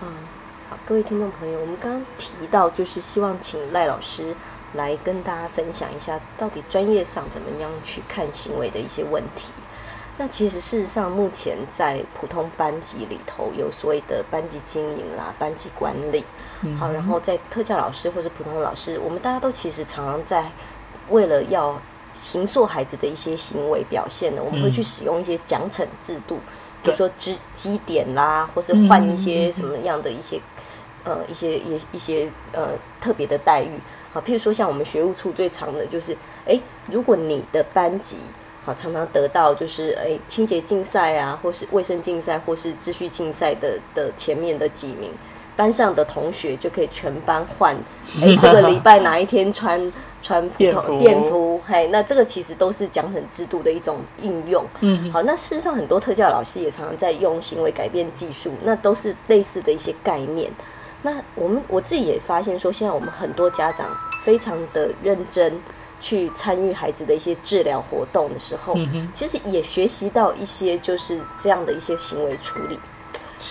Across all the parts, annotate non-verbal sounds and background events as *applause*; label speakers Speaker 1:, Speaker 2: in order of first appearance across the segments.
Speaker 1: 好，各位听众朋友，我们刚刚提到，就是希望请赖老师来跟大家分享一下，到底专业上怎么样去看行为的一些问题。那其实事实上，目前在普通班级里头有所谓的班级经营啦、班级管理，
Speaker 2: 嗯
Speaker 1: 好，然后在特教老师或是普通老师，我们大家都其实常常在为了要形塑孩子的一些行为表现呢，我们会去使用一些奖惩制度，比如
Speaker 2: 对
Speaker 1: 说支基点啦，或是换一些什么样的一些、呃一些一一些呃特别的待遇啊，譬如说像我们学务处最常的就是，诶，如果你的班级好常常得到就是诶清洁竞赛啊，或是卫生竞赛，或是秩序竞赛的的前面的几名，班上的同学就可以全班换，
Speaker 2: *laughs* 哎
Speaker 1: 诶，这个礼拜哪一天穿穿普
Speaker 2: 便
Speaker 1: 通
Speaker 2: 服
Speaker 1: 便服，嘿，那这个其实都是奖惩制度的一种应用。
Speaker 2: 嗯
Speaker 1: 好，那事实上很多特教老师也常常在用行为改变技术，那都是类似的一些概念。那我们我自己也发现说，现在我们很多家长非常的认真去参与孩子的一些治疗活动的时候，
Speaker 2: 嗯哼，
Speaker 1: 其实也学习到一些就是这样的一些行为处理。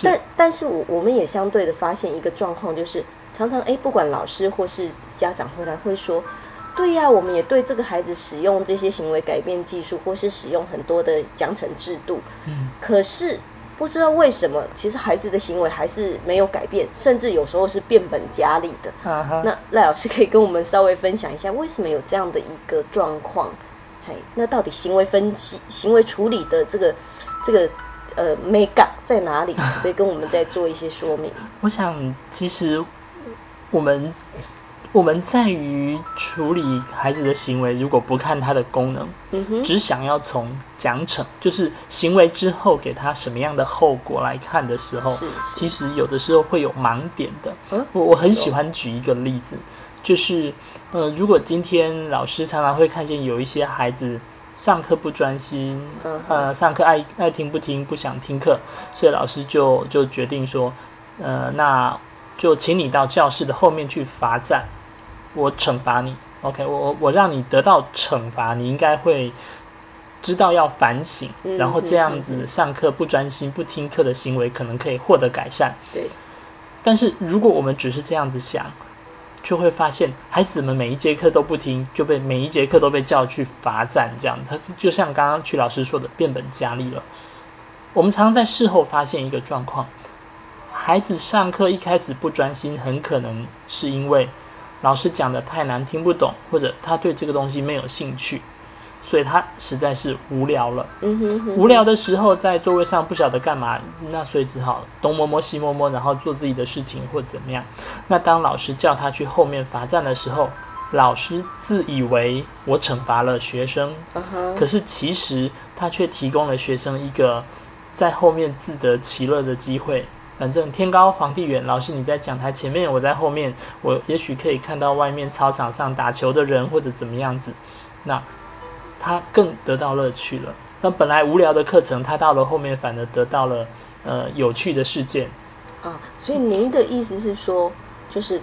Speaker 1: 但
Speaker 2: 是，
Speaker 1: 但是我我们也相对的发现一个状况，就是常常诶，不管老师或是家长回来会说，对呀、我们也对这个孩子使用这些行为改变技术，或是使用很多的奖惩制度，
Speaker 2: 嗯
Speaker 1: 可是不知道为什么，其实孩子的行为还是没有改变，甚至有时候是变本加厉的。
Speaker 2: 啊哈，
Speaker 1: 那赖老师可以跟我们稍微分享一下，为什么有这样的一个状况？嘿，那到底行为分析、行为处理的这个这个呃 make up 在哪里？可以跟我们再做一些说明。
Speaker 2: 我想，其实我们我们在于处理孩子的行为，如果不看他的功能，
Speaker 1: 嗯哼，
Speaker 2: 只想要从奖惩，就是行为之后给他什么样的后果来看的时候，
Speaker 1: 是
Speaker 2: 其实有的时候会有盲点的。
Speaker 1: 嗯
Speaker 2: *laughs* 我我很喜欢举一个例子，就是呃，如果今天老师常常会看见有一些孩子上课不专心，
Speaker 1: 嗯
Speaker 2: 呃，上课爱爱听不听，不想听课，所以老师就就决定说，呃，那就请你到教室的后面去罚站，我惩罚你。OK，我我我让你得到惩罚，你应该会知道要反省，
Speaker 1: 嗯
Speaker 2: 然后这样
Speaker 1: 嗯嗯
Speaker 2: 子上课不专心、不听课的行为可能可以获得改善。
Speaker 1: 对，
Speaker 2: 但是如果我们只是这样子想，就会发现孩子们每一节课都不听，就被每一节课都被叫去罚站，这样他就像刚刚曲老师说的，变本加厉了。我们常常在事后发现一个状况，孩子上课一开始不专心，很可能是因为老师讲的太难听不懂，或者他对这个东西没有兴趣，所以他实在是无聊了。
Speaker 1: 嗯哼哼
Speaker 2: *laughs* 无聊的时候在座位上不晓得干嘛，那所以只好东摸摸西摸摸，然后做自己的事情或怎么样。那当老师叫他去后面罚站的时候，老师自以为我惩罚了学生，
Speaker 1: 嗯哼，
Speaker 2: 可是其实他却提供了学生一个在后面自得其乐的机会。反正天高皇帝远，老师你在讲台前面，我在后面，我也许可以看到外面操场上打球的人或者怎么样子，那他更得到乐趣了。那本来无聊的课程，他到了后面反而得到了呃有趣的事件。
Speaker 1: 啊，所以您的意思是说，就是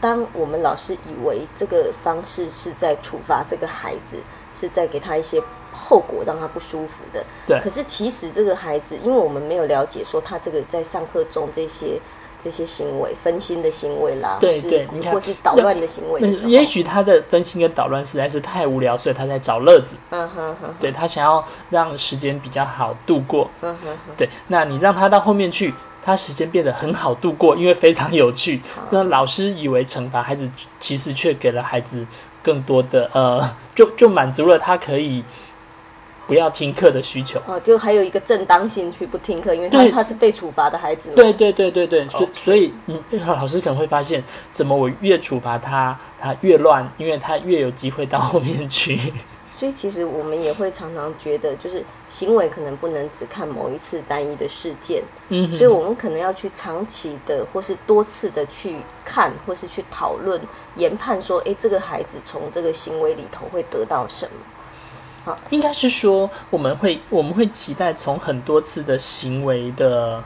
Speaker 1: 当我们老师以为这个方式是在处罚这个孩子，是在给他一些后果让他不舒服的，
Speaker 2: 对
Speaker 1: 可是其实这个孩子，因为我们没有了解说他这个在上课中这些这些行为、分心的行为啦，
Speaker 2: 对
Speaker 1: 或是
Speaker 2: 对你看嗯
Speaker 1: 或是捣乱的行为的时候，
Speaker 2: 也许他的分心跟捣乱实在是太无聊，所以他在找乐子。
Speaker 1: 嗯哼哼，
Speaker 2: 对他想要让时间比较好度过，
Speaker 1: 嗯哼哼，
Speaker 2: 对，那你让他到后面去，他时间变得很好度过，因为非常有趣。
Speaker 1: 啊
Speaker 2: 那老师以为惩罚孩子，其实却给了孩子更多的呃，就就满足了他可以不要听课的需求。
Speaker 1: 哦，就还有一个正当性去不听课，因为他
Speaker 2: 对
Speaker 1: 他是被处罚的孩子嘛，
Speaker 2: 对对对对对，所
Speaker 1: OK
Speaker 2: 所以你老师可能会发现，怎么我越处罚他，他越乱，因为他越有机会到后面去。
Speaker 1: 所以其实我们也会常常觉得，就是行为可能不能只看某一次单一的事件，
Speaker 2: 嗯
Speaker 1: 所以
Speaker 2: 哼，
Speaker 1: 我们可能要去长期的或是多次的去看，或是去讨论、研判说，诶，这个孩子从这个行为里头会得到什么？
Speaker 2: 应该是说我们会我们会期待从很多次的行为的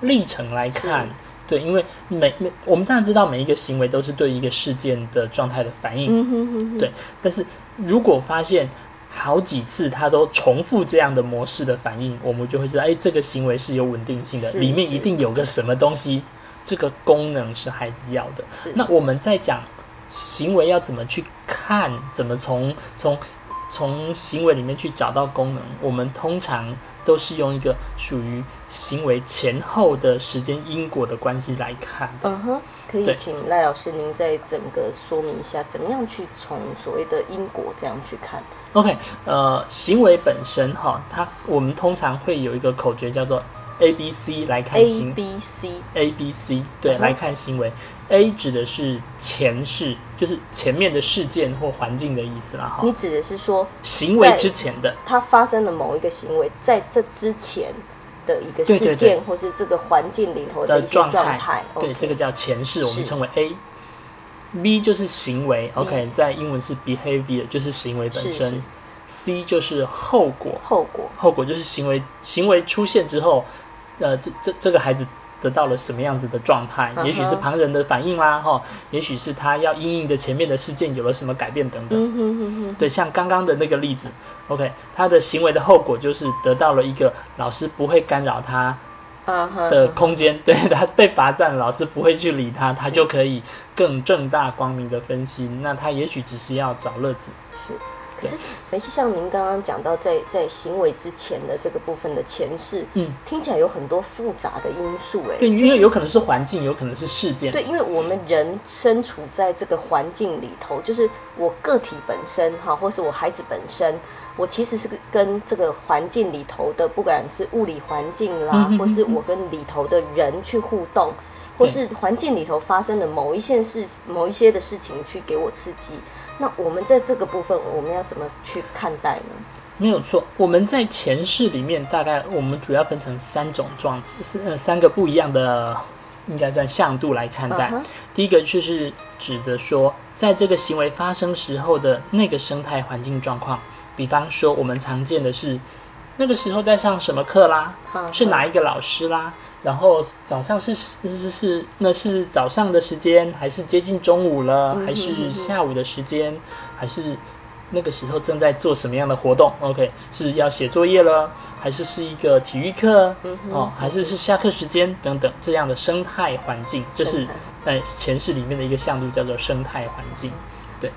Speaker 2: 历程来看
Speaker 1: 是，
Speaker 2: 对，因为每每我们当然知道每一个行为都是对一个事件的状态的反应，
Speaker 1: 嗯哼哼哼，
Speaker 2: 对但是如果发现好几次他都重复这样的模式的反应，我们就会知道，哎，这个行为是有稳定性的，
Speaker 1: 是
Speaker 2: 里面
Speaker 1: 是
Speaker 2: 一定有个什么东西这个功能是孩子要的。
Speaker 1: 是
Speaker 2: 那我们在讲行为要怎么去看，怎么从从从行为里面去找到功能，我们通常都是用一个属于行为前后的时间因果的关系来看。
Speaker 1: 嗯哼，可
Speaker 2: 对
Speaker 1: 以请赖老师您再整个说明一下，怎么样去从所谓的因果这样去看？
Speaker 2: OK，呃，行为本身哈，它我们通常会有一个口诀叫做 A B C 来看
Speaker 1: A
Speaker 2: 行
Speaker 1: B C，
Speaker 2: A、B、C，对，
Speaker 1: 嗯
Speaker 2: 来看行为。A 指的是前世，就是前面的事件或环境的意思啦，哈
Speaker 1: 你。指的是说
Speaker 2: 行为
Speaker 1: 在
Speaker 2: 之前的，
Speaker 1: 他发生了某一个行为，在这之前的一个
Speaker 2: 对对
Speaker 1: 事件或是这个环境里头
Speaker 2: 的
Speaker 1: 一些
Speaker 2: 状态
Speaker 1: 状态，
Speaker 2: 对，这个叫前世，我们
Speaker 1: 是
Speaker 2: 称为 A。B 就是行为，OK，在英文是 behavior，就是行为本
Speaker 1: 是
Speaker 2: 身
Speaker 1: 是。
Speaker 2: C 就是后果，
Speaker 1: 后果。
Speaker 2: 后果就是行为行为出现之后，呃，这这这个孩子得到了什么样子的状态？
Speaker 1: 嗯哼
Speaker 2: 也许是旁人的反应啦，哈，也许是他要因应的前面的事件有了什么改变等等。
Speaker 1: 嗯哼哼哼，
Speaker 2: 对，像刚刚的那个例子，OK，他的行为的后果就是得到了一个老师不会干扰他
Speaker 1: 啊哈，
Speaker 2: 的空间，对他被罚站，老师不会去理他，他就可以更正大光明的分析。那他也许只是要找乐子，
Speaker 1: 是。可是，而且像您刚刚讲到在，在行为之前的这个部分的前世，
Speaker 2: 嗯，
Speaker 1: 听起来有很多复杂的因素，哎，
Speaker 2: 对，因为有可能是环境，有可能是事件，
Speaker 1: 对，因为我们人身处在这个环境里头，就是我个体本身哈，或是我孩子本身，我其实是跟这个环境里头的，不管是物理环境
Speaker 2: 嗯
Speaker 1: 啦，或是我跟里头的人去互动，或是环境里头发生的某一件事、某一些的事情去给我刺激。那我们在这个部分，我们要怎么去看待呢？
Speaker 2: 没有错，我们在前世里面，大概我们主要分成三种状，是呃三个不一样的，应该算向度来看待。
Speaker 1: 嗯哼
Speaker 2: 第一个就是指的说，在这个行为发生时候的那个生态环境状况，比方说我们常见的是那个时候在上什么课啦，
Speaker 1: 嗯
Speaker 2: 是哪一个老师啦，然后早上是是是是那是早上的时间，还是接近中午了，还是下午的时间，还是那个时候正在做什么样的活动？OK，是要写作业了，还是是一个体育课？
Speaker 1: 嗯
Speaker 2: 哦，还是是下课时间等等这样的生态环境，就是
Speaker 1: 生态
Speaker 2: 在前世里面的一个向度叫做生态环境。对，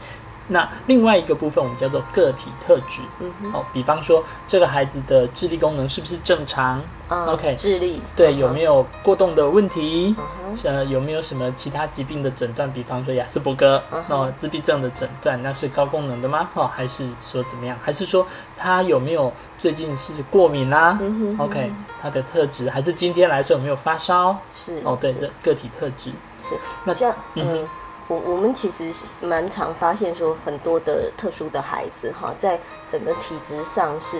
Speaker 2: 那另外一个部分我们叫做个体特质。
Speaker 1: 嗯
Speaker 2: 哦，比方说这个孩子的智力功能是不是正常？
Speaker 1: 嗯
Speaker 2: OK
Speaker 1: 智力
Speaker 2: 对，有没
Speaker 1: 有？
Speaker 2: 有过动的问题？
Speaker 1: 嗯哼
Speaker 2: 呃，有没有什么其他疾病的诊断？比方说雅斯伯格
Speaker 1: 嗯哼
Speaker 2: 哦，自闭症的诊断，那是高功能的吗？哦，还是说怎么样？还是说他有没有最近是过敏啦、
Speaker 1: 嗯哼
Speaker 2: o k 他的特质，还是今天来说有没有发烧？
Speaker 1: 是
Speaker 2: 哦，对，
Speaker 1: 是
Speaker 2: 这个体特质，
Speaker 1: 是，
Speaker 2: 那
Speaker 1: 像嗯，我我们其实是蛮常发现说，很多的特殊的孩子哈，在整个体质上是，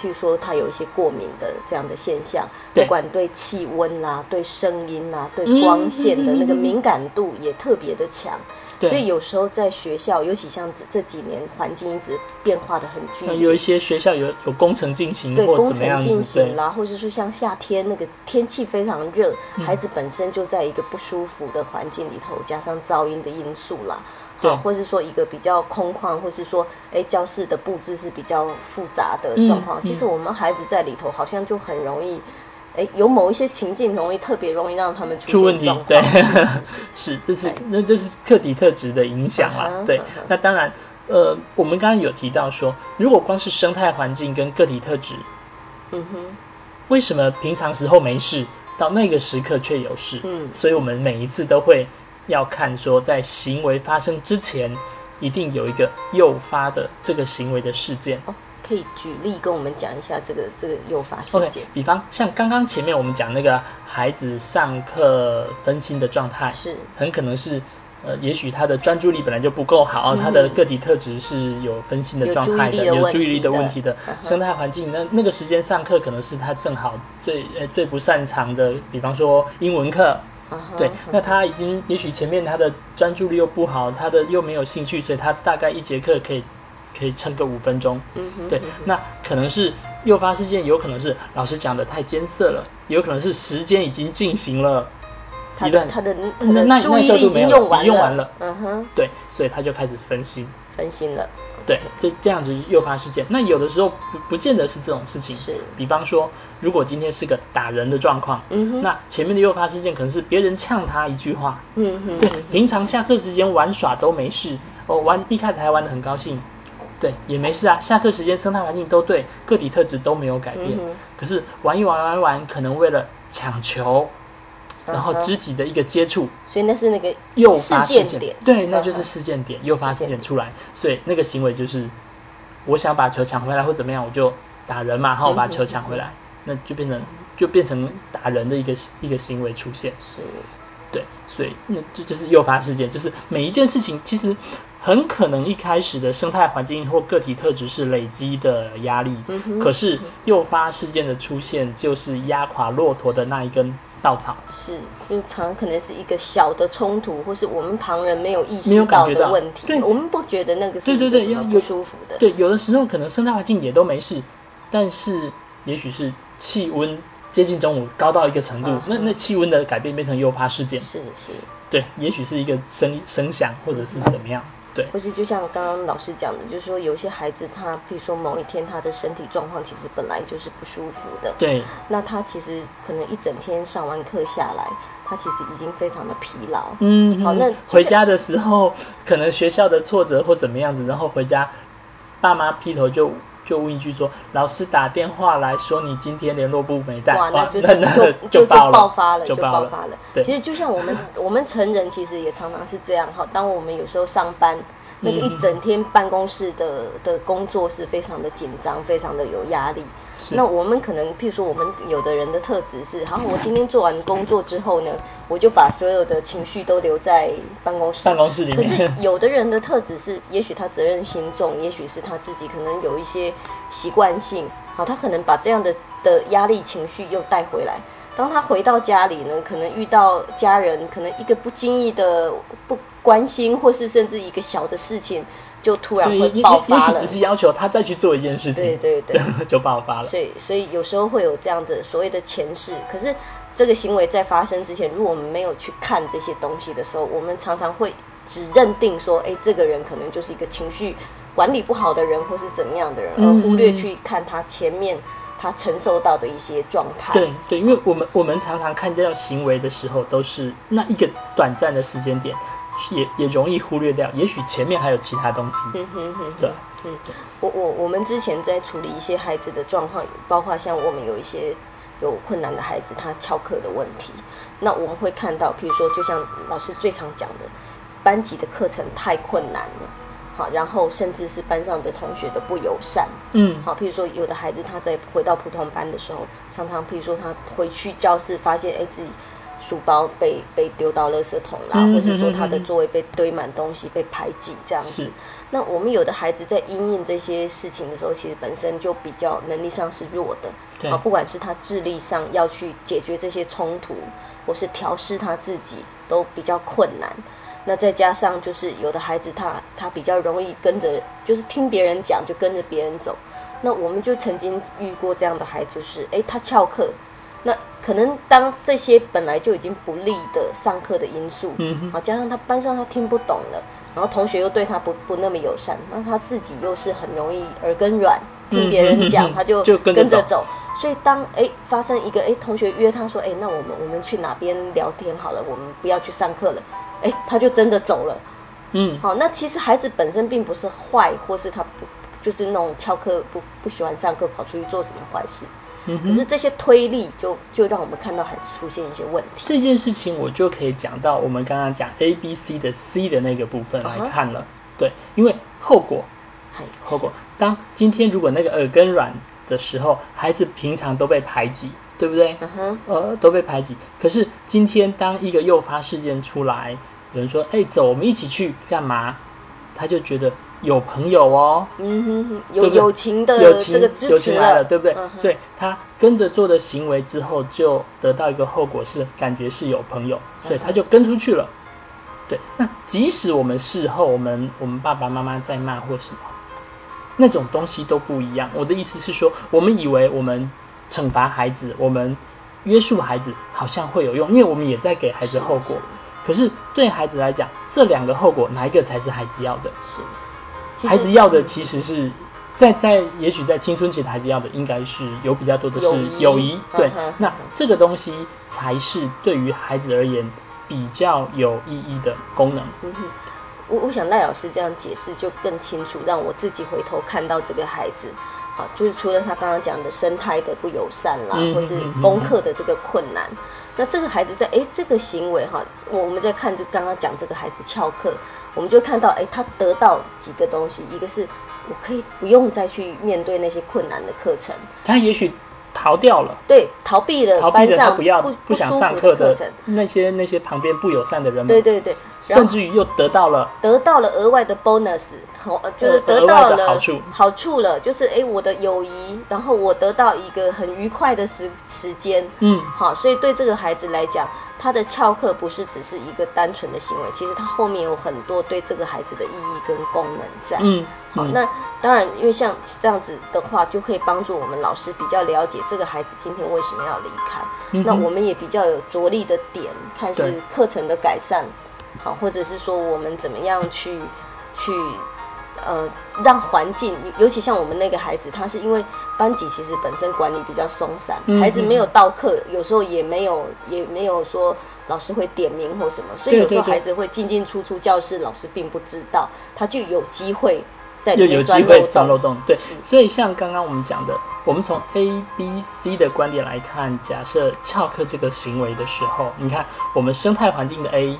Speaker 1: 譬如说他有一些过敏的这样的现象，
Speaker 2: 对嗯
Speaker 1: 不管对气温啦、对声音啦、对光线的那个敏感度也特别的强。所以
Speaker 2: 对，
Speaker 1: 有时候在学校，尤其像这这几年环境一直变化的很剧
Speaker 2: 那
Speaker 1: 烈，
Speaker 2: 有一些学校有有工程进行
Speaker 1: 对
Speaker 2: 或
Speaker 1: 工
Speaker 2: 怎么
Speaker 1: 程
Speaker 2: 样
Speaker 1: 进
Speaker 2: 子，对
Speaker 1: 行，啦，或者说像夏天那个天气非常热，
Speaker 2: 嗯
Speaker 1: 孩子本身就在一个不舒服的环境里头，加上噪音的因素啦，
Speaker 2: 对
Speaker 1: 啊，或是说一个比较空旷，或是说哎教室的布置是比较复杂的状况，
Speaker 2: 嗯
Speaker 1: 其实我们孩子在里头好像就很容易。哎，有某一些情境容易特别容易让他们出
Speaker 2: 出
Speaker 1: 现
Speaker 2: 问题
Speaker 1: 状况，
Speaker 2: 对
Speaker 1: 是是
Speaker 2: *laughs*
Speaker 1: 是
Speaker 2: 是，这是那这是课题特质的影响啦
Speaker 1: 嗯。哼
Speaker 2: 对
Speaker 1: 嗯哼，
Speaker 2: 那当然，呃，我们刚刚有提到说，如果光是生态环境跟个体特质，
Speaker 1: 嗯哼，
Speaker 2: 为什么平常时候没事，到那个时刻却有事？
Speaker 1: 嗯，
Speaker 2: 所以我们每一次都会要看说，在行为发生之前，一定有一个诱发的这个行为的事件。
Speaker 1: 哦，可以举例跟我们讲一下这个这个诱发事
Speaker 2: OK，
Speaker 1: 件
Speaker 2: 比方像刚刚前面我们讲那个孩子上课分心的状态，
Speaker 1: 是
Speaker 2: 很可能是，呃，也许他的专注力本来就不够好，他的个体特质是有分心的状态的，
Speaker 1: 嗯有
Speaker 2: 有注
Speaker 1: 注
Speaker 2: 意
Speaker 1: 意
Speaker 2: 力
Speaker 1: 力
Speaker 2: 的
Speaker 1: 的嗯
Speaker 2: 问
Speaker 1: 问
Speaker 2: 题
Speaker 1: 题
Speaker 2: 的。生态环境那那个时间上课，可能是他正好最呃最不擅长的，比方说英文课，
Speaker 1: 啊
Speaker 2: 对
Speaker 1: 哈，
Speaker 2: 那他已经也许前面他的专注力又不好，他的又没有兴趣，所以他大概一节课可以可以撑个五分钟。
Speaker 1: 嗯哼，
Speaker 2: 对，那可能是诱发事件，有可能是老师讲的太艰涩了，有可能是时间已经进行了。
Speaker 1: 他
Speaker 2: 一
Speaker 1: 的
Speaker 2: 旦
Speaker 1: 他的他
Speaker 2: 那
Speaker 1: 的
Speaker 2: 那
Speaker 1: 注
Speaker 2: 那
Speaker 1: 意
Speaker 2: 时候
Speaker 1: 力
Speaker 2: 就
Speaker 1: 已
Speaker 2: 没
Speaker 1: 经
Speaker 2: 有
Speaker 1: 用完
Speaker 2: 已经用完了
Speaker 1: 嗯哼，
Speaker 2: 对，所以他就开始分心。
Speaker 1: 分心了，
Speaker 2: 对，这这样子诱发事件。那有的时候不不见得是这种事情，
Speaker 1: 是，
Speaker 2: 比方说，如果今天是个打人的状况，
Speaker 1: 嗯哼，
Speaker 2: 那前面的诱发事件可能是别人呛他一句话，
Speaker 1: 嗯哼，
Speaker 2: 对，平常下课时间玩耍都没事，哦，玩一开始还玩的很高兴，对，也没事啊。下课时间生态环境都对，个体特质都没有改变，
Speaker 1: 嗯哼，
Speaker 2: 可是玩一玩玩一玩，可能为了抢球，然后
Speaker 1: 嗯哼
Speaker 2: 肢体的一个接触。
Speaker 1: 所以那是那个
Speaker 2: 诱发
Speaker 1: 事件
Speaker 2: 件
Speaker 1: 点
Speaker 2: 对，那
Speaker 1: 嗯
Speaker 2: 就是
Speaker 1: 嗯
Speaker 2: 事件点，诱发
Speaker 1: 事
Speaker 2: 事
Speaker 1: 件
Speaker 2: 件出来，所以那个行为就是我想把球抢回来或怎么样，我就打人嘛，然
Speaker 1: 嗯
Speaker 2: 后我把球抢回来，那就变成就变成打人的一个一个行为出现，
Speaker 1: 是，
Speaker 2: 对，所以那这就是诱发事件，就是每一件事情其实很可能一开始的生态环境或个体特质是累积的压力，
Speaker 1: 嗯哼，
Speaker 2: 可是诱发事件的出现就是压垮骆驼的那一根稻草。
Speaker 1: 是，就常可能是一个小的冲突，或是我们旁人没有意
Speaker 2: 没
Speaker 1: 识
Speaker 2: 有感
Speaker 1: 到
Speaker 2: 觉
Speaker 1: 的
Speaker 2: 到
Speaker 1: 问题，
Speaker 2: 对
Speaker 1: 我们不觉得那个是
Speaker 2: 对对
Speaker 1: 一个什么
Speaker 2: 对要
Speaker 1: 不
Speaker 2: 有
Speaker 1: 舒服的，
Speaker 2: 对，有的时候可能生态环境也都没事，但是也许是气温接近中午高到一个程度，
Speaker 1: 嗯
Speaker 2: 那那气温的改变变成诱发事件，
Speaker 1: 是是，
Speaker 2: 对，也许是一个声声响或者是怎么样，对，
Speaker 1: 或是就像刚刚老师讲的，就是说有些孩子他，比如说某一天他的身体状况其实本来就是不舒服的，
Speaker 2: 对，
Speaker 1: 那他其实可能一整天上完课下来，他其实已经非常的疲劳，
Speaker 2: 嗯，
Speaker 1: 好那
Speaker 2: 哼
Speaker 1: 就是
Speaker 2: 回家的时候可能学校的挫折或怎么样子，然后回家爸妈劈头就。就问一句说，老师打电话来说你今天联络簿没带，
Speaker 1: 哇，那就
Speaker 2: 那那
Speaker 1: 就
Speaker 2: 就
Speaker 1: 就
Speaker 2: 爆
Speaker 1: 爆
Speaker 2: 了，
Speaker 1: 发了，
Speaker 2: 就
Speaker 1: 就
Speaker 2: 爆了
Speaker 1: 爆发了。
Speaker 2: 对
Speaker 1: 其实就像我
Speaker 2: *laughs*
Speaker 1: 们我们成人其实也常常是这样哈，当我们有时候上班。那个一整天办公室
Speaker 2: 嗯
Speaker 1: 的的工作是非常的紧张，非常的有压力。
Speaker 2: 是
Speaker 1: 那我们可能，譬如说，我们有的人的特质是，好，我今天做完工作之后呢，我就把所有的情绪都留在办公室
Speaker 2: 办公室里
Speaker 1: 可是
Speaker 2: 面，
Speaker 1: 有的人的特质是，也许他责任心重，也许是他自己可能有一些习惯性，好，他可能把这样的的压力情绪又带回来。当他回到家里呢，可能遇到家人，可能一个不经意的不关心，或是甚至一个小的事情，就突然
Speaker 2: 对，也
Speaker 1: 会
Speaker 2: 也
Speaker 1: 爆
Speaker 2: 也
Speaker 1: 发
Speaker 2: 许
Speaker 1: 了
Speaker 2: 只。是要求他再去做一件事情，
Speaker 1: 对对对，
Speaker 2: *laughs* 就爆发了。
Speaker 1: 所以所以有时候会有这样的所谓的前世，可是这个行为在发生之前，如果我们没有去看这些东西的时候，我们常常会只认定说，哎，这个人可能就是一个情绪管理不好的人，或是怎么样的人，而
Speaker 2: 嗯
Speaker 1: 忽略去看他前面他承受到的一些状态。
Speaker 2: 对对，因为我们我们常常看见到行为的时候，都是那一个短暂的时间点，也也容易忽略掉，也许前面还有其他东西。
Speaker 1: 嗯哼哼
Speaker 2: 对，
Speaker 1: 我我我们之前在处理一些孩子的状况，包括像我们有一些有困难的孩子，他翘课的问题，那我们会看到，譬如说，就像老师最常讲的，班级的课程太困难了，好，然后甚至是班上的同学的不友善，
Speaker 2: 嗯，
Speaker 1: 好，譬如说有的孩子他在回到普通班的时候，常常譬如说他回去教室发现，哎、自己书包被被丢到垃圾桶啦，
Speaker 2: 嗯
Speaker 1: 或是说他
Speaker 2: 嗯
Speaker 1: 的
Speaker 2: 嗯嗯
Speaker 1: 座位被堆满东西、被排挤这样子
Speaker 2: 是。
Speaker 1: 那我们有的孩子在因应这些事情的时候，其实本身就比较能力上是弱的，
Speaker 2: 对
Speaker 1: 啊，不管是他智力上要去解决这些冲突，或是调试他自己，都比较困难。那再加上就是有的孩子他他比较容易跟着，就是听别人讲就跟着别人走。那我们就曾经遇过这样的孩子，就是诶，他翘课，那可能当这些本来就已经不利的上课的因素，
Speaker 2: 嗯哼
Speaker 1: 好，加上他班上他听不懂了，然后同学又对他不不那么友善，那他自己又是很容易耳根软，听别人
Speaker 2: 嗯嗯嗯
Speaker 1: 讲
Speaker 2: 嗯
Speaker 1: 他就
Speaker 2: 就跟着
Speaker 1: 跟着
Speaker 2: 走
Speaker 1: 走。所以当哎发生一个哎同学约他说哎那我们我们去哪边聊天好了，我们不要去上课了，哎他就真的走了。
Speaker 2: 嗯，
Speaker 1: 好，那其实孩子本身并不是坏，或是他不就是那种翘课不不喜欢上课跑出去做什么坏事。
Speaker 2: 嗯
Speaker 1: 可是这些推力就就让我们看到孩子出现一些问题。
Speaker 2: 这件事情我就可以讲到我们刚刚讲 A、B、C 的 C 的那个部分来
Speaker 1: 嗯哼
Speaker 2: 看了。对，因为后果
Speaker 1: 嗨，
Speaker 2: 后果，当今天如果那个耳根软的时候，孩子平常都被排挤，对不对？
Speaker 1: 嗯哼，
Speaker 2: 呃，都被排挤。可是今天当一个诱发事件出来，有人说：“哎、走，我们一起去干嘛？”他就觉得有朋友哦，
Speaker 1: 嗯哼，
Speaker 2: 对
Speaker 1: 有
Speaker 2: 不对
Speaker 1: 友情的
Speaker 2: 友情
Speaker 1: 呃这个
Speaker 2: 友
Speaker 1: 支持
Speaker 2: 情来了，对不对？
Speaker 1: 嗯哼
Speaker 2: 所以他跟着做的行为之后，就得到一个后果是感觉是有朋友，
Speaker 1: 嗯
Speaker 2: 所以他就跟出去了。对，那即使我们事后，我们我们爸爸妈妈在骂或什么，那种东西都不一样。我的意思是说，我们以为我们惩罚孩子，我们约束孩子好像会有用，因为我们也在给孩子后果。可是对孩子来讲，这两个后果哪一个才是孩子要的？
Speaker 1: 是是其
Speaker 2: 孩
Speaker 1: 实
Speaker 2: 子要的其实是在在，也许在青春期的孩子要的应该是有比较多的是
Speaker 1: 友谊
Speaker 2: 友谊，对
Speaker 1: 嗯哼，
Speaker 2: 那这个东西才是对于孩子而言比较有意义的功能。
Speaker 1: 嗯我我想赖老师这样解释就更清楚，让我自己回头看到这个孩子，好，就是除了他刚刚讲的生态的不友善啦，
Speaker 2: 嗯
Speaker 1: 或是
Speaker 2: 嗯嗯
Speaker 1: 功课的这个困难，那这个孩子在诶这个行为哈，我我们在看这刚刚讲这个孩子翘课，我们就看到诶他得到几个东西，一个是我可以不用再去面对那些困难的课程，
Speaker 2: 他也许逃掉了。
Speaker 1: 对，逃避了
Speaker 2: 逃避
Speaker 1: 班
Speaker 2: 了他
Speaker 1: 上
Speaker 2: 不要
Speaker 1: 不
Speaker 2: 不想
Speaker 1: 舒服
Speaker 2: 上
Speaker 1: 的
Speaker 2: 课
Speaker 1: 课
Speaker 2: 的
Speaker 1: 程，
Speaker 2: 那些那些旁边不友善的人
Speaker 1: 对
Speaker 2: 们，
Speaker 1: 对对，然后
Speaker 2: 甚至于又得到了
Speaker 1: 得到了额外的 bonus，好，呃就是得
Speaker 2: 哦额
Speaker 1: 到
Speaker 2: 外的
Speaker 1: 了
Speaker 2: 好处
Speaker 1: 好处了，就是诶我的友谊，然后我得到一个很愉快的时时间，
Speaker 2: 嗯，
Speaker 1: 好，所以对这个孩子来讲，他的翘课不是只是一个单纯的行为，其实他后面有很多对这个孩子的意义跟功能在，
Speaker 2: 嗯
Speaker 1: 好，
Speaker 2: 嗯
Speaker 1: 那当然，因为像这样子的话，就可以帮助我们老师比较了解这个孩子今天为什么要离开。那我们也比较有着力的点，看是
Speaker 2: 嗯对
Speaker 1: 课程的改善，好，或者是说我们怎么样去去呃让环境，尤其像我们那个孩子，他是因为班级其实本身管理比较松散，
Speaker 2: 嗯
Speaker 1: 孩子没有到课，有时候也没有也没有说。老师会点名或什么，所以
Speaker 2: 对
Speaker 1: 有时候
Speaker 2: 对对
Speaker 1: 孩子会进进出出教室，老师并不知道，他就有机会在
Speaker 2: 又
Speaker 1: 里
Speaker 2: 有
Speaker 1: 面
Speaker 2: 机
Speaker 1: 钻
Speaker 2: 会
Speaker 1: 漏
Speaker 2: 钻
Speaker 1: 洞。
Speaker 2: 漏洞。对，所以像刚刚我们讲的，我们从 A、B、C 的观点来看，假设翘课这个行为的时候，你看我们生态环境的 A，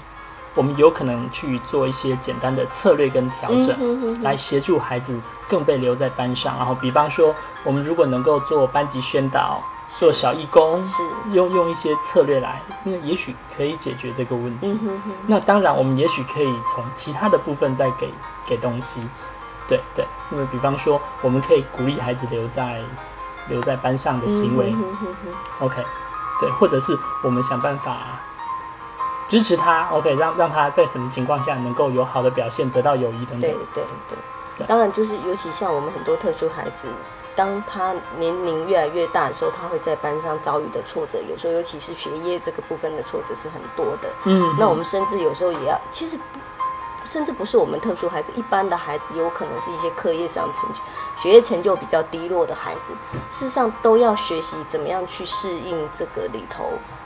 Speaker 2: 我们有可能去做一些简单的策略跟调整。
Speaker 1: 嗯哼
Speaker 2: 来协助孩子更被留在班上，然后比方说，我们如果能够做班级宣导、做小义工，
Speaker 1: 是
Speaker 2: 用用一些策略来，那也许可以解决这个问题。
Speaker 1: 嗯哼哼，
Speaker 2: 那当然，我们也许可以从其他的部分再给给东西，对对，因为比方说，我们可以鼓励孩子留在留在班上的行为、
Speaker 1: 嗯哼哼
Speaker 2: o k 对，或者是我们想办法支持他，OK，让让他在什么情况下能够有好的表现，得到友谊等等
Speaker 1: 对，对对，
Speaker 2: 对
Speaker 1: 当然就是尤其像我们很多特殊孩子，当他年龄越来越大的时候，他会在班上遭遇的挫折，有时候尤其是学业这个部分的挫折是很多的。
Speaker 2: 嗯，
Speaker 1: 那我们甚至有时候也要，其实不甚至不是我们特殊孩子，一般的孩子有可能是一些课业上成就、学业成就比较低落的孩子，事实上都要学习怎么样去适应这个里头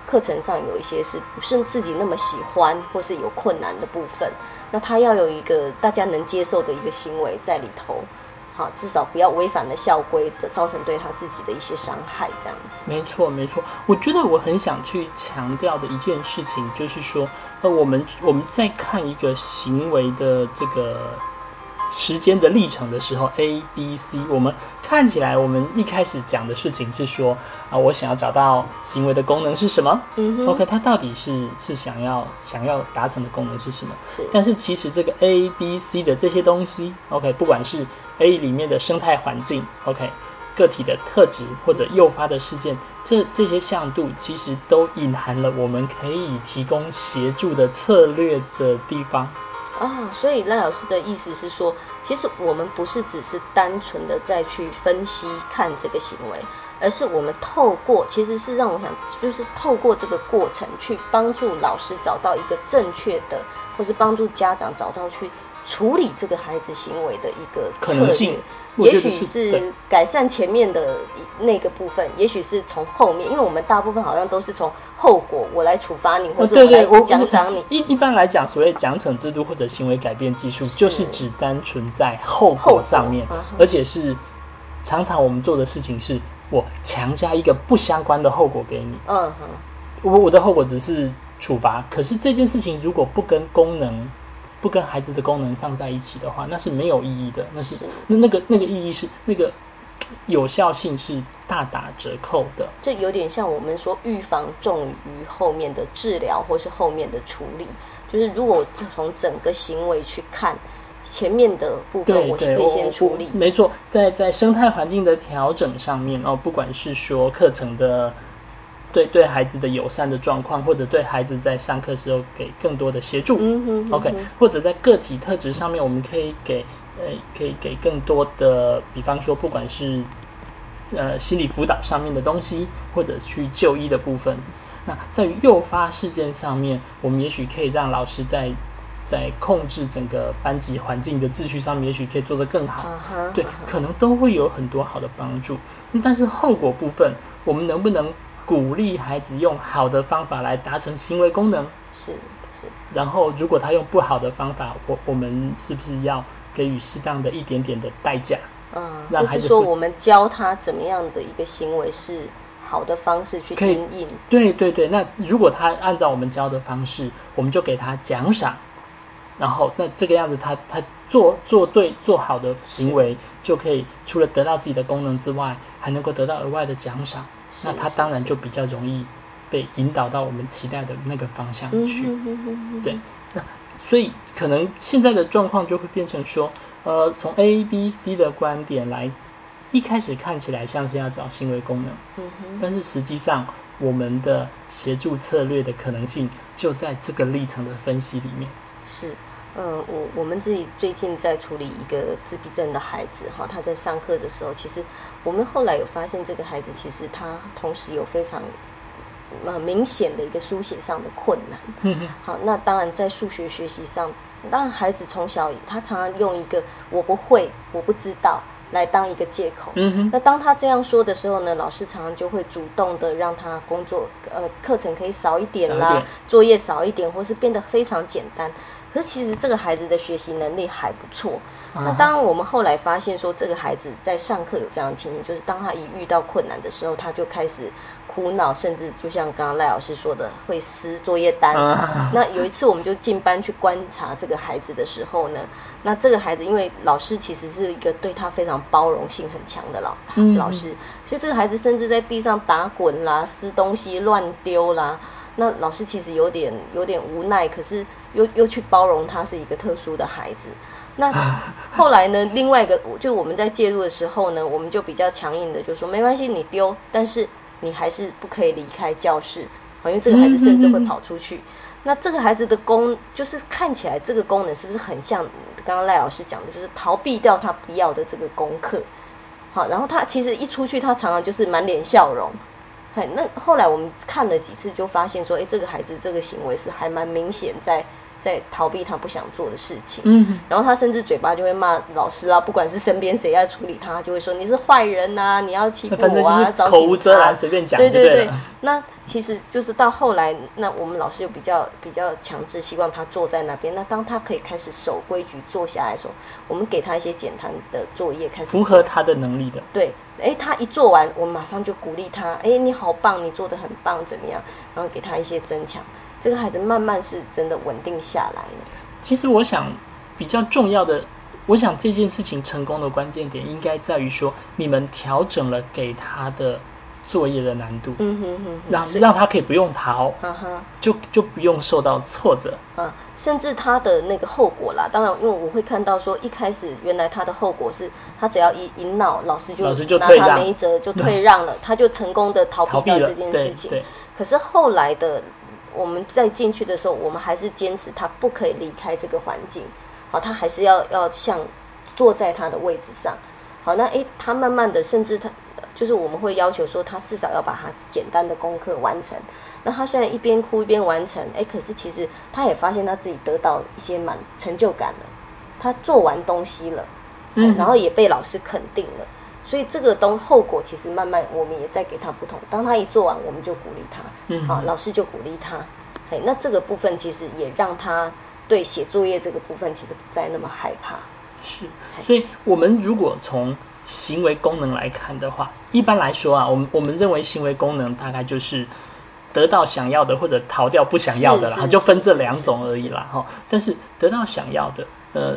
Speaker 1: 课程上有一些是不是自己那么喜欢或是有困难的部分，那他要有一个大家能接受的一个行为在里头。好，至少不要违反了校规的，造成对他自己的一些伤害，这样子。
Speaker 2: 没错，没错。我觉得我很想去强调的一件事情，就是说，呃，我们我们在看一个行为的这个时间的历程的时候，A、B、C，我们看起来我们一开始讲的事情是说，啊、我想要找到行为的功能是什么、
Speaker 1: 嗯哼，
Speaker 2: o k 它到底是是想要想要达成的功能是什么？
Speaker 1: 是，
Speaker 2: 但是其实这个 A、B、C 的这些东西，OK，不管是 A 里面的生态环境，OK，个体的特质或者诱发的事件，这这些向度其实都隐含了我们可以提供协助的策略的地方。
Speaker 1: 啊、所以赖老师的意思是说，其实我们不是只是单纯的再去分析看这个行为，而是我们透过，其实是让我想，就是透过这个过程去帮助老师找到一个正确的，或是帮助家长找到去处理这个孩子行为的一个
Speaker 2: 可能性
Speaker 1: 策略
Speaker 2: 我
Speaker 1: 也
Speaker 2: 觉得
Speaker 1: 许
Speaker 2: 是
Speaker 1: 是
Speaker 2: 对
Speaker 1: 改善前面的那个部分，也许是从后面，因为我们大部分好像都是从后果我来处罚你，或
Speaker 2: 哦，
Speaker 1: 是
Speaker 2: 对对，
Speaker 1: 来
Speaker 2: 我
Speaker 1: 奖
Speaker 2: *laughs*
Speaker 1: 赏你。
Speaker 2: 一一般来讲，所谓奖惩制度或者行为改变技术，就是指单纯在后
Speaker 1: 后果
Speaker 2: 果上面
Speaker 1: 嗯哼，
Speaker 2: 而且是常常我们做的事情是，我强加一个不相关的后果给你。
Speaker 1: 嗯哼，
Speaker 2: 我我的后果只是处罚，可是这件事情如果不跟功能、不跟孩子的功能放在一起的话，那是没有意义的，那是
Speaker 1: 是
Speaker 2: 那那个那个意义是那个有效性是大打折扣的。
Speaker 1: 这有点像我们说预防重于后面的治疗或是后面的处理。就是如果从整个行为去看，前面的部分
Speaker 2: 对
Speaker 1: 我是
Speaker 2: 对，
Speaker 1: 可以
Speaker 2: 我
Speaker 1: 先处理
Speaker 2: 我。嗯没错，在在生态环境的调整上面哦，不管是说课程的对对孩子的友善的状况，或者对孩子在上课时候给更多的协助，
Speaker 1: 嗯哼
Speaker 2: OK，或者在个体特质上面，我们可以给呃，可以给更多的，比方说，不管是呃心理辅导上面的东西，或者去就医的部分。那在于诱发事件上面，我们也许可以让老师在在控制整个班级环境的秩序上面，也许可以做得更好。
Speaker 1: 啊哈，
Speaker 2: 对，可能都会有很多好的帮助。嗯但是后果部分，我们能不能鼓励孩子用好的方法来达成行为功能？
Speaker 1: 是是，
Speaker 2: 然后，如果他用不好的方法，我我们是不是要给予适当的一点点的代价？
Speaker 1: 嗯，
Speaker 2: 让
Speaker 1: 或
Speaker 2: 孩
Speaker 1: 是
Speaker 2: 子
Speaker 1: 说
Speaker 2: 会
Speaker 1: 我们教他怎么样的一个行为是好的方式去
Speaker 2: 可以
Speaker 1: 应应，
Speaker 2: 对对对，那如果他按照我们教的方式，我们就给他奖赏，然后那这个样子他，他做做对做好的行为，就可以除了得到自己的功能之外，还能够得到额外的奖赏，
Speaker 1: 是
Speaker 2: 那他
Speaker 1: 是
Speaker 2: 当然
Speaker 1: 是
Speaker 2: 就比较容易被引导到我们期待的那个方向
Speaker 1: 嗯
Speaker 2: 去。
Speaker 1: 哼哼哼哼
Speaker 2: 对所以可能现在的状况就会变成说，呃，从 A、B、C 的观点来，一开始看起来像是要找行为功能，
Speaker 1: 嗯哼
Speaker 2: 但是实际上我们的协助策略的可能性就在这个历程的分析里面。
Speaker 1: 是，嗯，我我们自己最近在处理一个自闭症的孩子哈，他在上课的时候，其实我们后来有发现，这个孩子其实他同时有非常呃明显的一个书写上的困难。
Speaker 2: 嗯哼
Speaker 1: 好，那当然在数学学习上，当然孩子从小他常常用一个“我不会”“我不知道”来当一个借口。
Speaker 2: 嗯哼，
Speaker 1: 那当他这样说的时候呢，老师常常就会主动的让他工作呃课程可以少一点
Speaker 2: 少一
Speaker 1: 啦
Speaker 2: 点，
Speaker 1: 作业少一点，或是变得非常简单。可是其实这个孩子的学习能力还不错。
Speaker 2: 啊
Speaker 1: 那当然，我们后来发现说，这个孩子在上课有这样的情形，就是当他一遇到困难的时候，他就开始苦恼，甚至就像刚刚赖老师说的，会撕作业单。
Speaker 2: 啊，
Speaker 1: 那有一次，我们就进班去观察这个孩子的时候呢，那这个孩子因为老师其实是一个对他非常包容性很强的老、
Speaker 2: 嗯
Speaker 1: 老师，所以这个孩子甚至在地上打滚啦、撕东西、乱丢啦。那老师其实有点有点无奈，可是又又去包容他是一个特殊的孩子。那后来呢，另外一个就我们在介入的时候呢，我们就比较强硬的就说没关系，你丢，但是你还是不可以离开教室，好，哦因为这个孩子甚至
Speaker 2: 嗯
Speaker 1: 会跑出去。那这个孩子的功，就是看起来这个功能是不是很像刚刚赖老师讲的，就是逃避掉他不要的这个功课。好，然后他其实一出去，他常常就是满脸笑容。嘿，那后来我们看了几次，就发现说，哎，这个孩子这个行为是还蛮明显在在逃避他不想做的事情。
Speaker 2: 嗯哼，
Speaker 1: 然后他甚至嘴巴就会骂老师啊，不管是身边谁在处理他，他就会说你是坏人呐、你要欺负
Speaker 2: 那反正
Speaker 1: 我啊，
Speaker 2: 就是
Speaker 1: 找
Speaker 2: 口无
Speaker 1: 警
Speaker 2: 遮
Speaker 1: 察
Speaker 2: 拦，。随便讲就
Speaker 1: 对对
Speaker 2: 对
Speaker 1: 对
Speaker 2: 了。，
Speaker 1: 那其实就是到后来，那我们老师又比较比较强制，希望他坐在那边。那当他可以开始守规矩坐下来的时候，我们给他一些简单的作业，开始
Speaker 2: 符合他的能力的，
Speaker 1: 对，哎，他一做完，我们马上就鼓励他，哎，你好棒，你做的很棒，怎么样？然后给他一些增强，这个孩子慢慢是真的稳定下来了。
Speaker 2: 其实我想比较重要的，我想这件事情成功的关键点应该在于说，你们调整了给他的作业的难度，
Speaker 1: 嗯哼哼哼，
Speaker 2: 让让他可以不用逃，
Speaker 1: 哈哈。
Speaker 2: 就就不用受到挫折。
Speaker 1: 啊，甚至他的那个后果啦，当然，因为我会看到说，一开始原来他的后果是，他只要一一闹，老师就
Speaker 2: 老师就
Speaker 1: 拿
Speaker 2: 退
Speaker 1: 他
Speaker 2: 让
Speaker 1: 没辙，就退让了，他就成功的逃
Speaker 2: 逃
Speaker 1: 避
Speaker 2: 避
Speaker 1: 掉这，
Speaker 2: 了
Speaker 1: 件
Speaker 2: 对
Speaker 1: 事情。
Speaker 2: 对，
Speaker 1: 可是后来的，我们再进去的时候，我们还是坚持他不可以离开这个环境，好，他还是要要像坐在他的位置上。好，那诶，他慢慢的，甚至他就是我们会要求说，他至少要把他简单的功课完成。那他虽然一边哭一边完成，诶，可是其实他也发现他自己得到一些满成就感了，他做完东西了，
Speaker 2: 嗯
Speaker 1: 然后也被老师肯定了。所以这个东后果其实慢慢我们也在给他不同。当他一做完，我们就鼓励他，
Speaker 2: 嗯
Speaker 1: 啊，老师就鼓励他。嘿，那这个部分其实也让他对写作业这个部分其实不再那么害怕。
Speaker 2: 是。 *laughs* 所以，我们如果从行为功能来看的话，一般来说啊，我们我们认为行为功能大概就是得到想要的或者逃掉不想要的
Speaker 1: 是
Speaker 2: 啦，
Speaker 1: 是
Speaker 2: 就分这
Speaker 1: 是
Speaker 2: 两种而已啦。哈，但是得到想要的，呃。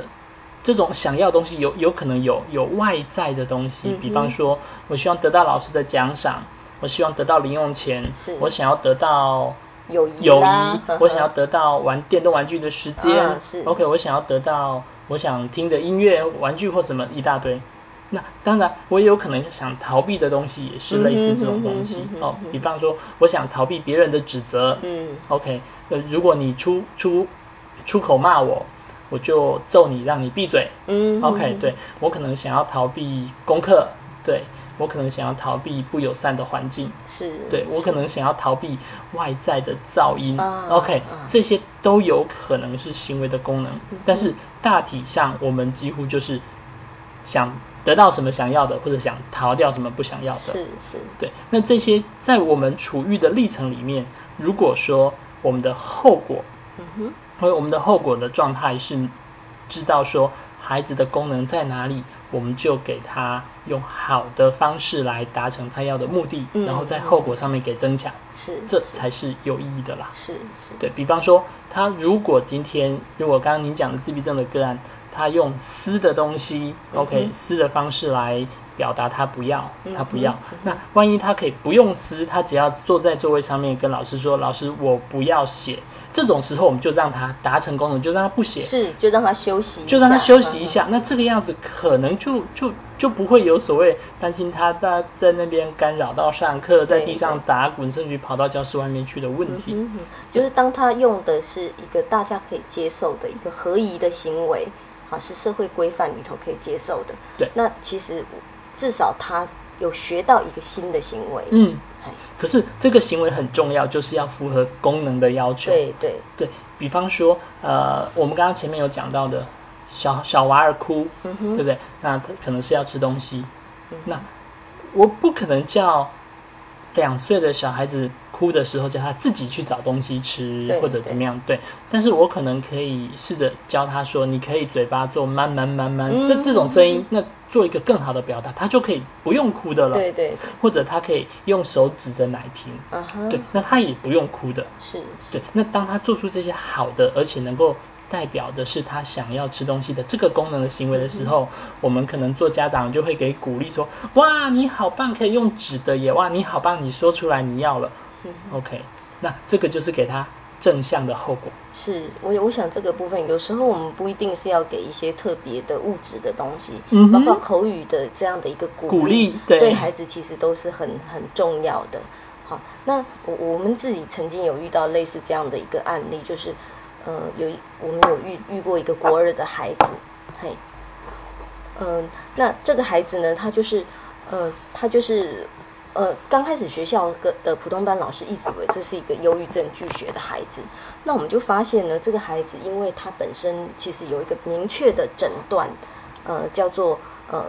Speaker 2: 这种想要的东西有有可能有有外在的东
Speaker 1: 嗯
Speaker 2: 西，比方说，我希望得到老师的奖赏，我希望得到零用钱
Speaker 1: 是，
Speaker 2: 我想要得到
Speaker 1: 友谊
Speaker 2: 友
Speaker 1: 啦，
Speaker 2: 谊，我想要得到玩电动玩具的时间、
Speaker 1: 啊是
Speaker 2: o k 我想要得到我想听的音乐、玩具或什么一大堆。那当然，我也有可能想逃避的东西也是类似这种东西、
Speaker 1: 嗯哼嗯哼嗯哼
Speaker 2: 哦，比方说我想逃避别人的指责
Speaker 1: 嗯，
Speaker 2: ，OK，呃，如果你出出出口骂我，我就揍你，让你闭嘴，
Speaker 1: 嗯
Speaker 2: ，OK，对我可能想要逃避功课，对，我可能想要逃避不友善的环境，
Speaker 1: 是，
Speaker 2: 对我可能想要逃避外在的噪音。
Speaker 1: 啊
Speaker 2: OK，
Speaker 1: 啊
Speaker 2: 这些都有可能是行为的功能，但是大体上我们几乎就是想得到什么想要的，或者想逃掉什么不想要的。
Speaker 1: 是是，
Speaker 2: 对，那这些在我们处遇的历程里面，如果说我们的后果，
Speaker 1: 嗯
Speaker 2: 或者我们的后果的状态是知道说孩子的功能在哪里，我们就给他用好的方式来达成他要的目的，
Speaker 1: 嗯
Speaker 2: 然后在后果上面给增强，
Speaker 1: 哼，是，
Speaker 2: 这才是有意义的啦。
Speaker 1: 是是，
Speaker 2: 对比方说，他如果今天，如果刚刚您讲的自闭症的个案，他用撕的东西、
Speaker 1: 嗯
Speaker 2: o k 撕的方式来表达他不要，他不要。
Speaker 1: 嗯
Speaker 2: 那万一他可以不用撕，他只要坐在座位上面跟老师说：“老师，我不要写。”这种时候，我们就让他达成功能，就让他不写，
Speaker 1: 是就让他休息一下，
Speaker 2: 就让他休息一
Speaker 1: 嗯，
Speaker 2: 下。那这个样子可能就就就不会有所谓担心他在在那边干扰到上课，在地上打滚，甚至于跑到教室外面去的问题。
Speaker 1: 嗯哼，就是当他用的是一个大家可以接受的一个合宜的行为，啊，是社会规范里头可以接受的，
Speaker 2: 对
Speaker 1: 那其实至少他有学到一个新的行为，
Speaker 2: 嗯
Speaker 1: 哎，
Speaker 2: 可是这个行为很重要，就是要符合功能的要求。
Speaker 1: 对对，
Speaker 2: 对比方说，呃，我们刚刚前面有讲到的，小小娃儿哭，
Speaker 1: 嗯
Speaker 2: 对
Speaker 1: 哼，嗯
Speaker 2: 不对？那他可能是要吃东西。那我不可能叫两岁的小孩子哭的时候叫他自己去找东西吃
Speaker 1: 对
Speaker 2: 或者怎么样，对。但是我可能可以试着教他说，你可以嘴巴做慢慢慢慢，
Speaker 1: 嗯
Speaker 2: 这这种声音，那做一个更好的表达，他就可以不用哭的了。
Speaker 1: 对对，对
Speaker 2: 或者他可以用手指着奶瓶，
Speaker 1: 嗯哼，
Speaker 2: 对，那他也不用哭的。
Speaker 1: 是是
Speaker 2: 对，那当他做出这些好的，而且能够代表的是他想要吃东西的这个功能的行为的时候，我们可能做家长就会给鼓励说：“哇，你好棒，可以用纸的耶！哇，你好棒，你说出来你要了。
Speaker 1: 嗯
Speaker 2: ”OK，那这个就是给他正向的后果。
Speaker 1: 是，我我想这个部分有时候我们不一定是要给一些特别的物质的东西，
Speaker 2: 嗯
Speaker 1: 包括
Speaker 2: 哼，
Speaker 1: 口语的这样的一个鼓
Speaker 2: 鼓励对
Speaker 1: 对孩子其实都是很很重要的。好，那我我们自己曾经有遇到类似这样的一个案例，就是，呃，有一我们有遇遇过一个国二的孩子，嘿，嗯、那这个孩子呢，他就是，呃，他就是，呃，刚开始学校跟的普通班老师一直以为这是一个忧郁症拒学的孩子，那我们就发现呢，这个孩子因为他本身其实有一个明确的诊断，呃，叫做呃，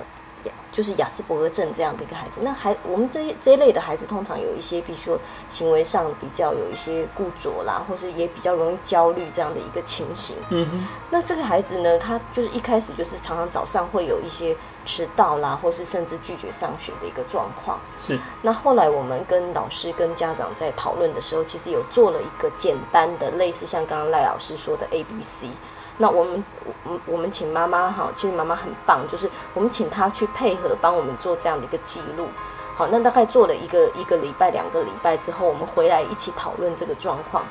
Speaker 1: 雅就是雅斯伯格症这样的一个孩子。那孩我们这一这一类的孩子，通常有一些，比如说行为上比较有一些固着啦，或是也比较容易焦虑这样的一个情形。
Speaker 2: 嗯哼，
Speaker 1: 那这个孩子呢，他就是一开始就是常常早上会有一些迟到啦，或是甚至拒绝上学的一个状况。
Speaker 2: 是，
Speaker 1: 那后来我们跟老师跟家长在讨论的时候，其实有做了一个简单的类似像刚刚赖老师说的 A B C。那我们我我我们请妈妈哈，其实妈妈很棒，就是我们请她去配合帮我们做这样的一个记录。好，那大概做了一个一个礼拜、两个礼拜之后，我们回来一起讨论这个状况。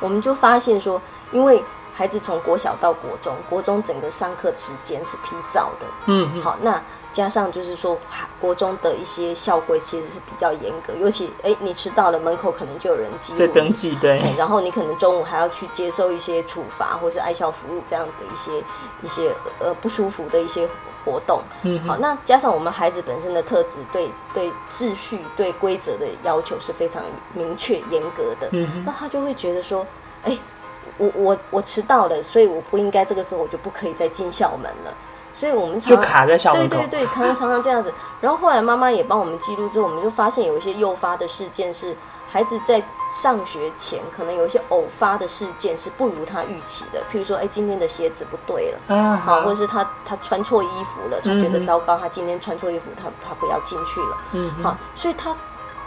Speaker 1: 我们就发现说，因为孩子从国小到国中，国中整个上课时间是提早的，
Speaker 2: 嗯哼，
Speaker 1: 好，那加上就是说，哈国中的一些校规其实是比较严格，尤其哎，你迟到了，门口可能就有人记录
Speaker 2: 在
Speaker 1: 你，
Speaker 2: 登记对，
Speaker 1: 哎然后你可能中午还要去接受一些处罚，或是爱校服务这样的一些一些呃不舒服的一些活动。
Speaker 2: 嗯
Speaker 1: 好，那加上我们孩子本身的特质，对对秩序、对规则的要求是非常明确、严格的。
Speaker 2: 嗯哼，
Speaker 1: 那他就会觉得说，哎、我我我迟到了，所以我不应该这个时候我就不可以再进校门了。所以我们常
Speaker 2: 就卡在校门口
Speaker 1: 对，对对，常常常常这样子。然后后来妈妈也帮我们记录之后，我们就发现有一些诱发的事件是孩子在上学前可能有一些偶发的事件是不如他预期的，譬如说，哎，今天的鞋子不对了。
Speaker 2: 啊，
Speaker 1: 好，或
Speaker 2: 好
Speaker 1: 者，是他他穿错衣服了，他觉得
Speaker 2: 嗯哼
Speaker 1: 糟糕，他今天穿错衣服，他他不要进去了。
Speaker 2: 嗯
Speaker 1: 好，所以他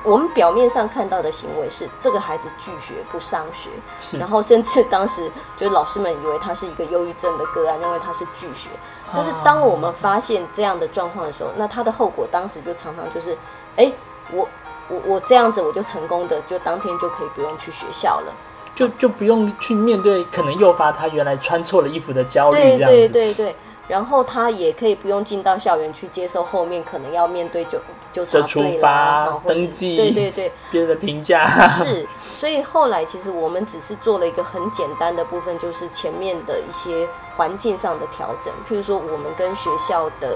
Speaker 1: 我们表面上看到的行为是这个孩子拒学不上学，
Speaker 2: 是
Speaker 1: 然后甚至当时就是老师们以为他是一个忧郁症的个案，认为他是拒学。但
Speaker 2: 哦
Speaker 1: 是当我们发现这样的状况的时候，那他的后果当时就常常就是，哎，我我我这样子我就成功的，就当天就可以不用去学校了。
Speaker 2: 就就不用去面对可能诱发他原来穿错了衣服的焦虑
Speaker 1: 对
Speaker 2: 这样子
Speaker 1: 对。对对，然后他也可以不用进到校园去接受后面可能要面对纠纠察
Speaker 2: 的处
Speaker 1: 队啦
Speaker 2: 罚，
Speaker 1: 哈或是
Speaker 2: 登记
Speaker 1: 对对对，
Speaker 2: 别人的评价。 *laughs*
Speaker 1: 是，所以后来其实我们只是做了一个很简单的部分，就是前面的一些环境上的调整，譬如说我们跟学校的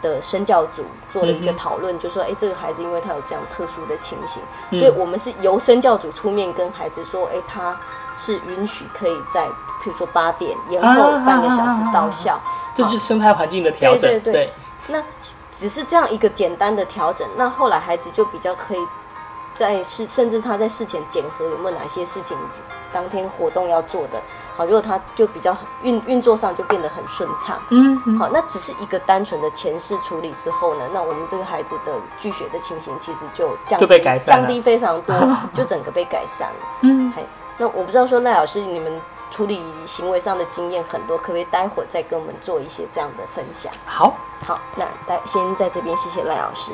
Speaker 1: 的身教组做了一个
Speaker 2: 嗯哼
Speaker 1: 讨论，就说，哎，这个孩子因为他有这样特殊的情形，
Speaker 2: 嗯
Speaker 1: 所以我们是由身教组出面跟孩子说，哎，他是允许可以在，譬如说八点延后
Speaker 2: 啊
Speaker 1: 半个小时
Speaker 2: 啊啊啊
Speaker 1: 到校。
Speaker 2: 这就是生态环境的调整
Speaker 1: 对，对对那只是这样一个简单的调整，那后来孩子就比较可以在事，甚至他在事前检核有没有哪些事情当天活动要做的，好，如果他就比较运运作上就变得很顺畅。
Speaker 2: 嗯嗯
Speaker 1: 好，那只是一个单纯的前世处理之后呢，那我们这个孩子的拒学的情形其实就降低
Speaker 2: 就被改善了
Speaker 1: 降低非常
Speaker 2: *laughs*
Speaker 1: 多，就整个被改善了。
Speaker 2: 嗯，
Speaker 1: 嘿那我不知道说赖老师你们处理行为上的经验很多，可不可以待会儿再跟我们做一些这样的分享？
Speaker 2: 好。
Speaker 1: 好，那在先在这边谢谢赖老师。